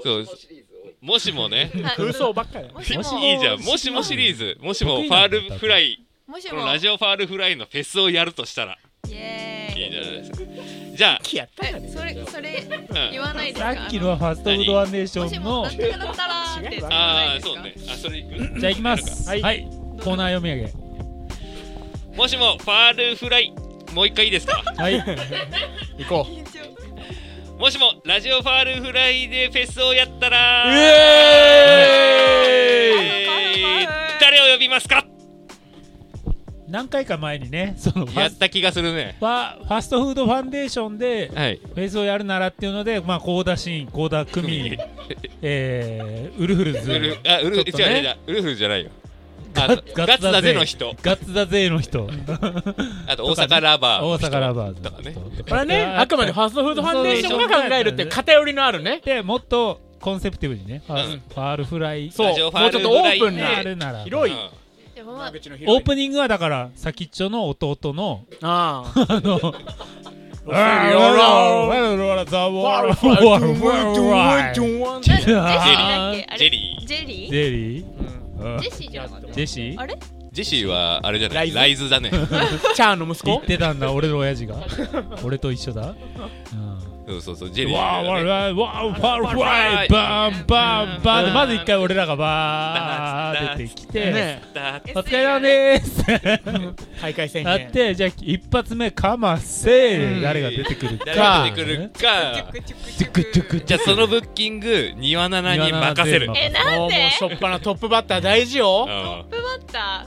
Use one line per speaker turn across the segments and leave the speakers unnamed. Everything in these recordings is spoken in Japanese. そうもしもね
はい
空想ばっかや。
もしも
もし
も
も
い
いいじゃんもしもシリーズもしもファールフライ
もし
こ
も
のラジオファールフライのフェスをやるとしたら
イエー
いい
イ
んじゃないですかじゃ
きやったや
え
ね。
それそれ
あ、うん
言わないです
さ
か
っきのはファストフードアネーシ
あのも
ョ
しもなんと
ンの
かだったらーって
違うわ
言わな
あ
い
あ
です
そう
か
ねあそれ行く
じゃあいきます
は
はいい、コーナー読み上げ
もしもファールフライもう一回いいですか
はい
行こう。
緊張
もしもラジオファールフライでフェスをやったら
イエーイ
えー誰を呼びますか
何回か前にねそのファス
た気がするね
ファファストフードファンデーションで
はい
フェスをやるならっていうのでまあ高田真高田久美えー、ウルフルズ
ウルあウル違う
ちょっとね
違うウルフルじゃないよあ
ガ
のガッツだぜの人
ガッツだぜの人
あと大阪ラバー
大阪ラバーズ
とかね
これはね、あくまでファーストフードファンデーションが考えるっていう偏りのあるね。
でもっとコンセプティブにねファ,、
うん
ファールフライ
そう、もう
ラ
ち
ジ
ょ
オ
っ
ファー
と
ル
オープン
であ
な。
るなら
広い
でもまあ
オープニングはだから先っちょの弟の
あ
あの
あ。あ
ジェシーだっけ
あ
あ
ジェ
れ
リー
ジェリ
ジェリー
ージェシーじゃなかった
ジェシー
あれ
ジェシーはあれじゃないラ
ラ
イズだね
チャーの息
言
子
ってたんだ俺 の 親父が俺と一緒だ
そうそうそうジェリー
わあわ
だ
あ
ね
わあわあわあわあバンバンバンまず一回俺らがバー出てきて
ね
だ
お疲れ様でーす
大会宣
あ
言
っ。てじゃあ一発目かませーで誰が出てくるか
誰が出てくるか
チュクチュク
じゃあそのブッキングニワナナに任せる
庭菜々
え
全部
なん
もう、
で
もう、しょっぱなトップバッター大事よ。
うん
トップバッタ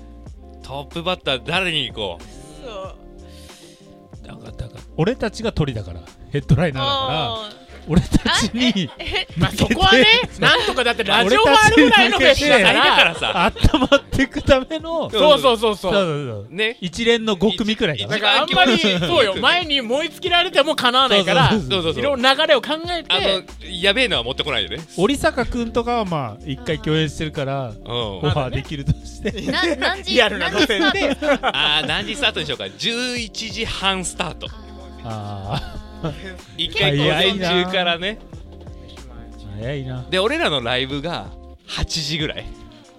トップバッター誰に行こう
ーそう
だからだから俺たちが鳥だからヘッドライナーだから
あ
俺たちに
まあ、そこは ね、なんとかだってラジオファールぐらいのフェスだか。
だかららさ
あったまっていくためのそう
そうそうそう
そう
そう。
そう
ね
一連の5組くらいか
だ
な
からあんまり、そうよ、前に燃え尽きられても叶わないから、
そう
い
そうそうそう
ろいろ流れを考え
あの
て、
やべえのは持ってこないでね
織坂君とかはまあ一回共演してるからオ
う
フ
ん
ァーできるとして
ー な何時
リアルな
何時
路
スタ
線
ート
で。
あー何時スタートにしようか11時半スタート
あ
一回午前中からね
あ早いな
で俺らのライブが8時ぐらい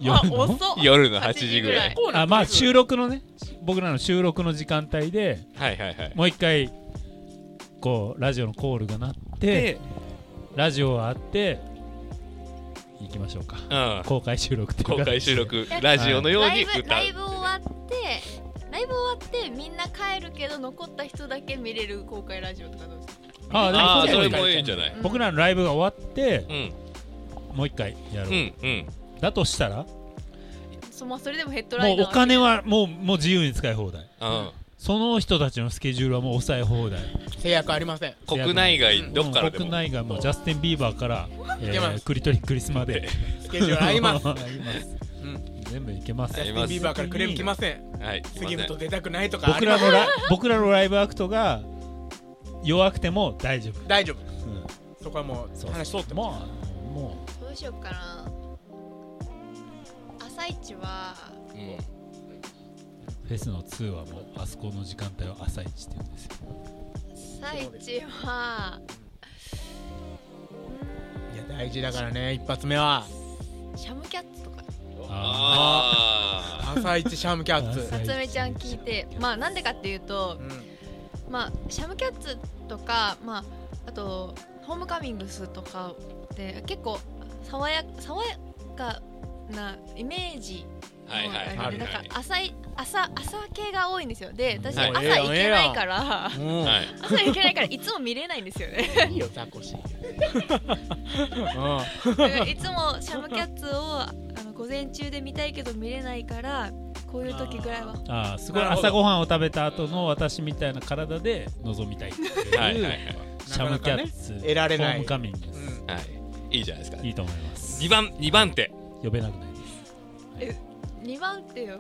あ
夜の
遅っ
夜の8時ぐらい
あまあ収録のね僕らの収録の時間帯で
はいはいはい
もう一回こうラジオのコールが鳴って
で
ラジオがあって行きましょうか
うん
公開収録っていうか
公開収録ラジオのよう
ラ
に
イ
歌う
ブライブ終わってライブ終わってみんな帰るけど残った人だけ見れる公開ラジオとかどうですか
あで
ああそ
そう
れ
いうの
もいいんじゃない
僕らのライブが終わって
うん
もう一回やろ
う
う、
んうん
だとしたらも
そ,、まあ、それでもヘッドライ
う
ナー
お金はもうもう自由に使い放題
うん
その人たちのスケジュールはもう抑え放題
制約ありません。
国内外どっからで
うん
も
国内がもうジャスティン・ビーバーから、え
けます
ー、クリトリックリスマで
スケジュール合います。
あります全部いけます
ジャ
い
ステ
ま
ィン・
す
ビーバーからクレーム来ません。
はい
スギムと出たくないとかあ
僕
りま
ら
せん
のラ僕らのライブアクトが弱くても大丈夫、
大丈
うん
夫。そこはも
そう
う話通っても。
もうも
どうしようかな朝一は
うん
うフェスの2はもうあそこの時間帯は朝一って言うんですよ
朝一はい
や、大事だからね、一発目は。
シャムキャッツとか
あ
朝一シャムキャッツ。
朝一
夏目ちゃん聞いてまあなんでかっていうと
うん
まあシャムキャッツとかまああとホームカミングスとかで結構爽や爽やかなイメージ
あはいはい
なん
は
か
い
なんか朝い朝朝系が多いんですよで私
はい
朝行けないから
うん
はい
朝行けないからいつも見れないんですよ ね
いいよ、ザコシ。うん
いつもシャムキャッツをあの午前中で見たいけど見れないからこういう時ぐらいは
ああすごい
なるほど
朝ごはんを食べた後の私みたいな体で臨みたいっていう
はいはいはい
シャムキャッツ、
なかなかね得られない
ホームカミングス、
うん
はいいいじゃないですか
いいと思います
二番二番手
呼べなくないです
2番手を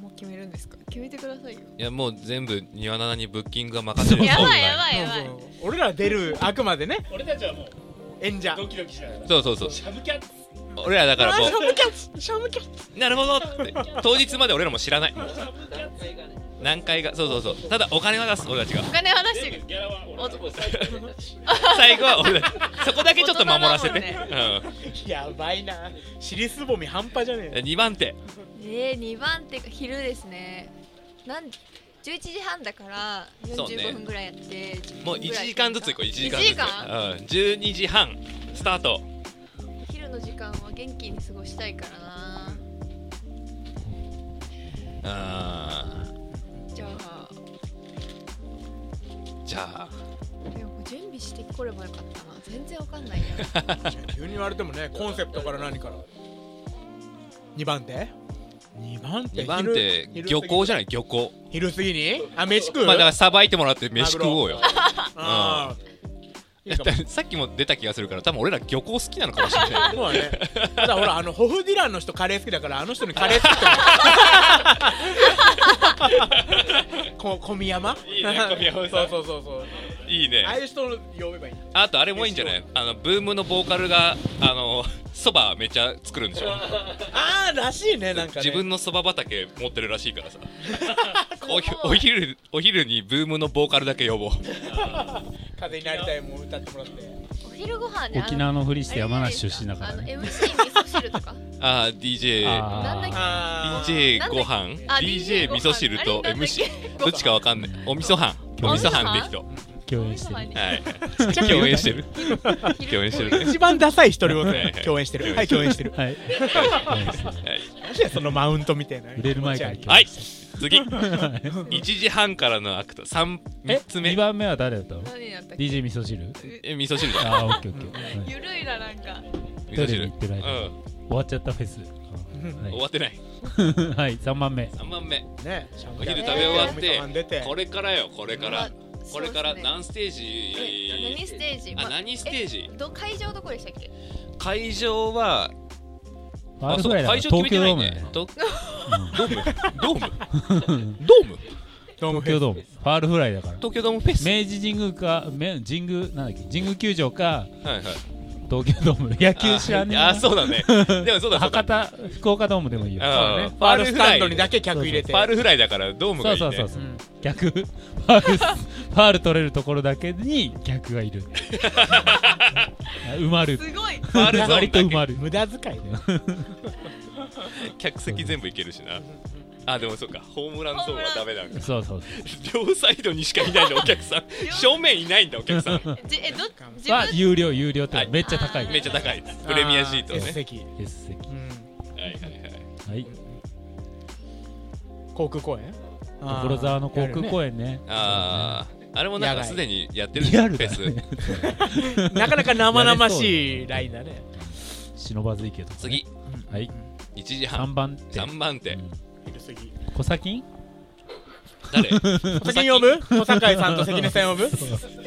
もう決めるんですか決めてくださいよ
いやもう全部ニワナナにブッキングが任せる
やばいやばいやば
そ
い
うそう俺ら出る、あくまでね、
俺たちはもう
演者。
ドキドキしながら
そうそうそう
シャブキャッツ
俺らだからも
あシャムキャッツシャムキャッツ
うなるほどって当日まで俺らも知らない
シャブキャッツ
何回かそうそうそうただお金は出す俺たちが
お金は出してる
最後は俺たちそこだけちょっと守らせて、
大人
やばいな尻すぼみ半端じゃね
うん、2番手
えー、2番手が昼ですねなん11時半だから
そうね
45分ぐらいやって、
もう1時間ずつ行こう1時間ずつ
1時間
うん、12時半スタート
昼の時間は元気に過ごしたいからな
あ
じゃあ
ーじゃあ
でも準備してこればよかったな全然わかんないよ
え急に言われてもねコンセプトから何から2番手
二番手
2番手
昼
漁港じゃない漁港
昼過ぎにあ飯食う、
まあだからさばいてもらって飯食おうよ
あーいいかも
さっきも出た気がするから多分俺ら漁港好きなのかもしれない
もうねただほらあのホフディランの人カレー好きだからあの人にカレー作っても らうこ小宮山
いいね小宮山
そ
さ
うそうそうそう
いいね
ああいう人を呼べばいい
あとあれもいいんじゃないあのブームのボーカルがあのそばめっちゃ作るんでしょ
ああらしいねなんかね
自分のそば畑持ってるらしいからさ おひお昼お昼にブームのボーカルだけ呼ぼう
風になりたいも歌ってもらって
お昼ご飯ね
沖縄のふりして山梨出身だから
あの
ね
MC 味噌汁と か
あー DJ
あー
なんだっけ
あー
DJ ご飯
あ
DJ 味噌汁と
あれなんだっけ
MC どっちかわかんないお味噌飯お
お
味噌
味噌
飯で
飯
きと
共演して
お
る
昼ご飯
はい
ちゃく
共演してる共演してるね
一番ダサい一人ごと
はいはい
共演してるはい共演してる
はい共演してる
はい
何でそのマウントみたいな
売れる前から
持ち
はい次1時半からのアクト3
え
つ目
2番目は誰だったの
何やったっけ
DJ 味噌汁
え味噌汁だ
ああオッケーオッケーはい
ゆるいななんか
味噌
トイレ
汁
に行ってる間
うん
終わっちゃったフェス
終わってない
はいはい3番目
3番目
歩ね
お昼
食べ終わって
お店番出て
これからよこれからこれから
何
何ステー
何
ジ
ステージ
あ
ま
何ステージ
えど会場どこでしたっけ
会場は
あれ
そう
ぐらいだから
会場決
東
めて
京
な
ドー
い
ム
ね
ね
と
うん
ドームドームドーム
ドーム
東
フェ
京
ス
ドームファールフライだから
東京ドームフェス
明治神宮かめ神宮なんだっけ神宮球場か
はいはい
東京ドーム野球知らねえ
あ
な
あそうだ ねでもそうだそうだ
博多福岡ドームでもいいよ
あー
フ
フ
ァ
ァ
ー
ー
ル
ル
ス
フ
タ
ラ
ン
イ
ドにだけ客入れて
ファールフライだからドームが
そ
いうい
そうそう
ね
そう逆ファールスファール取れるところだけに逆がいる埋まる
すごい
ファールゾ
割と
ーン
埋
だ
まる
無駄遣いだよ
け客席全部いけるしなあでもそうかホームランゾーンはダメだ
そうそうそう
両サイドにしかいないんだお客さ ん正面いないんだお客さん
じえど自
は
分
有料有料って
はい
めっちゃ高い
めっちゃ高いですプレミアシート
あ S
ね
席
S 席
はいはいはい
はい
航空公園
所沢の航空公園ね
あああれもなんかすでにやってるん
リア
だよ
ル
フ
だ
ェス
ね
園なかなか生々しいラインだね
忍ばず池とかね
次
はい
1時半
3番手
3番手
うん
昼過ぎ
小崎
誰
小崎呼ぶ小堺さんと関根さん呼ぶ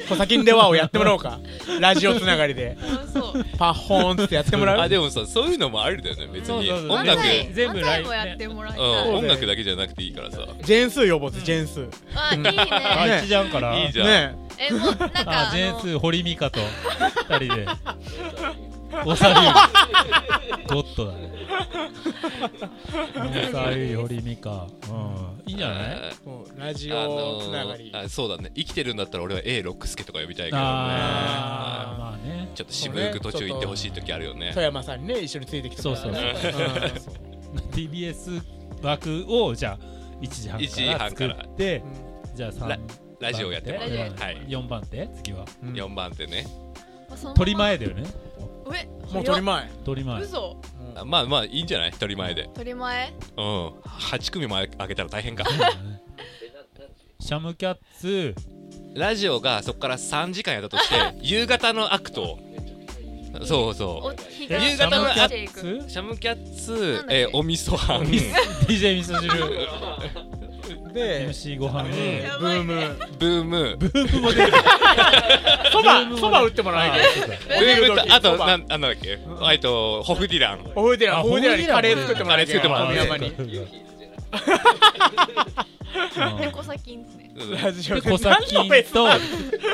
小崎んではをやってもらおうかラジオつながりで
楽しそう
パッホーンっつってやってもらう
あでもさそういうのもあるだよね別に
そうそうそう
音
漫
楽
才
全部
漫才もやってもらいた
うん
い
音楽だけじゃなくていいからさ
ジェンスー呼ぼうぜジェンスー
あいい
あ
ね
ね
1時半から
いいじゃん、
ね
えもうなんか
あ
あ
ジェン
の
ス堀美香と2人でおさゆゴッドだねおさゆ堀美香うんいいんじゃない
あ
えもうラジ
ーあ
オ
の
つながり
ーあそうだね生きてるんだったら俺は A ロックスケとか呼びたいけどね
あーまあね
ちょっと渋く途中行ってほしい時あるよね
富山さんにね一緒についてきてもら
そう
そう
うんそう
TBS 枠をじゃあ1時半
1時半
か
からら
作って
う
じゃあ3
ララジオやってもらう
ラジオや
ってもらうはい
4番手次は
んうん
4番手ね
そのまま
鳥前だよね
え
もう取り前
鳥 前
嘘
あまあまあいいんじゃない一人前で
鳥前
うん8組もあげたら大変か
シャムキャッツ
ラジオがそこから3時間やったとして夕方のアクトをそうそ
お日
え
が
夕方の
落ちていく
うシャムキャッ
な
ツ
ん、だっけ
えーお味噌飯
DJ 味噌汁
で
MC ご飯
うん
ね
や
ブ
ば
ー
いね
ム
ブーム
ブームも出て
そばそば売ってもらわないで
ブームとあと
そば
なんなんだっけえっとホフディラン
おふでら
あ
おふでらにカレー作ってもらう
カレー作ってもらう
富山に
猫先ですね
うん
ラジオ
で
で
小崎
何のフェス
と
いっ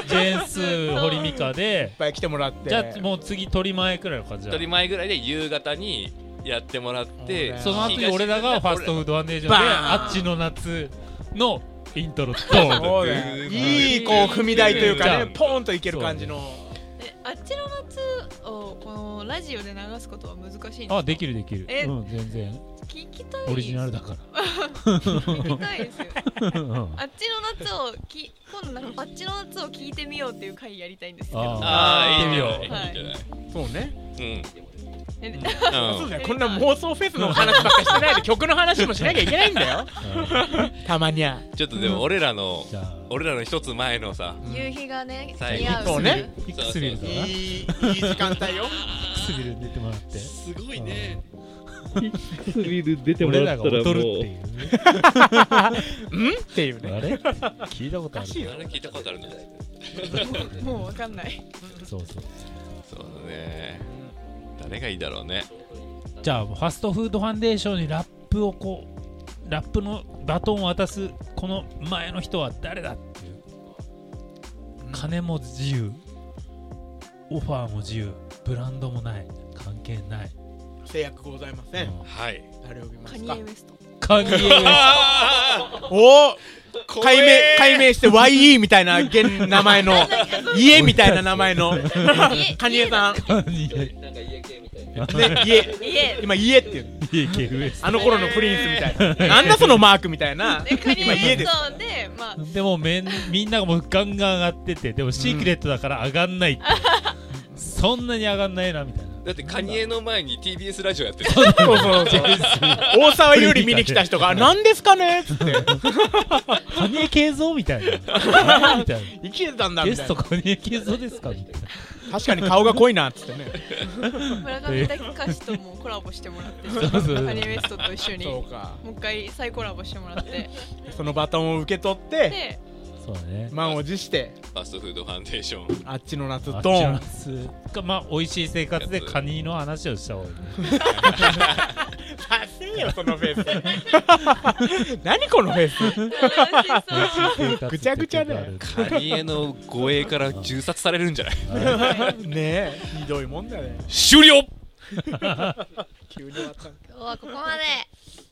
ジェンス堀美香で
ぱい来てもらって
じゃあもう次鳥前くらいの感じ
一
だ
人前ぐらいで夕方にやってもらって
そうね
その後に俺らがファストフードワンデージョンで
バーン
あっちの夏のイントロドー ン
そうねいいこう踏み台というかねポーンといける感じの
えあっちの夏をこのラジオで流すことは難しいんですか
あできるできる
え
うん全然
聞きたい
オリジナルだか
聞きたいですよ
ら うん
あっちの夏をき今度なんかあっちの夏を聞いてみようっていう回やりたいんですけど
ああいい
あ
ね
ー
いいんじゃないいいんじゃない
そうね
うん
えで
そう
うん
だよこんな妄想フェスの話ばっかりしてないで曲の話もしなきゃいけないんだよたまにゃ
ちょっとでも俺らの
じゃあ
俺らの一つ前のさ
夕日がね
最後
似合う
そうね
ピックスビルだ
い
ないピ
いい時間帯よ
ックスビル出てもらって
すごい
ね
ね。スビル出ても
俺
らっ
らが
たらも
踊
う
るっていうね
うんっていうね
あれ聞いたことある
おかしいよ
あれ聞いたことあるね
もうわかんない
そうそう
そうだね誰がいいだろうね
じゃあファストフードファンデーションにラップをこうラップのバトンを渡すこの前の人は誰だっていう金も自由オファーも自由ブランドもない関係ない、
制約ございません
はい
誰を呼びま
カ
す
ニエ
か
ウエスト
カニエウエス
おお解明解明して YE みたいな現名前の家みたいな名前のカニエさんね
トカニエ
なんか家系みたいな。
家
家
今家っていう
家系ウエス
あの頃のプリンスみたいななんだそのマークみたいな
でカニ
今
エ
家
ウエ
で
ストでまあ
トでもめんみんながもうガンガン上がっててでもシークレットだから上がんないって、そんなに上がんないなみたいな
だってカニエの前に TBS ラジオやってる
そうそうそう大沢優里見に来た人が「何ですかね?」っつって
カニエ慶三みたいなみたい
「生きてたんだ」
な
み
ゲ
たい
ス
な
トカニエ慶三ですかみたいな
確かに顔が濃いなっつってね
村上隆史ともコラボしてもらって
う そうそう
カニエウエストと一緒に
そう
も
か
う一回再コラボしてもら って
そのバトンを受け取って
で
そうだね
満を持して
ファストフードファンデーション
あっちの夏
あっち
ド
の
ーン
夏 かまあ美味しい生活でカニの話をした方がいいね
させんよそのフェス 何このフェス
楽しそう
美味しい生活って
ぐちゃぐちゃだよ
カニエの護衛から銃殺されるんじゃない
ねえひどいもんだね
終了
急に終わ
今
った
日はここまで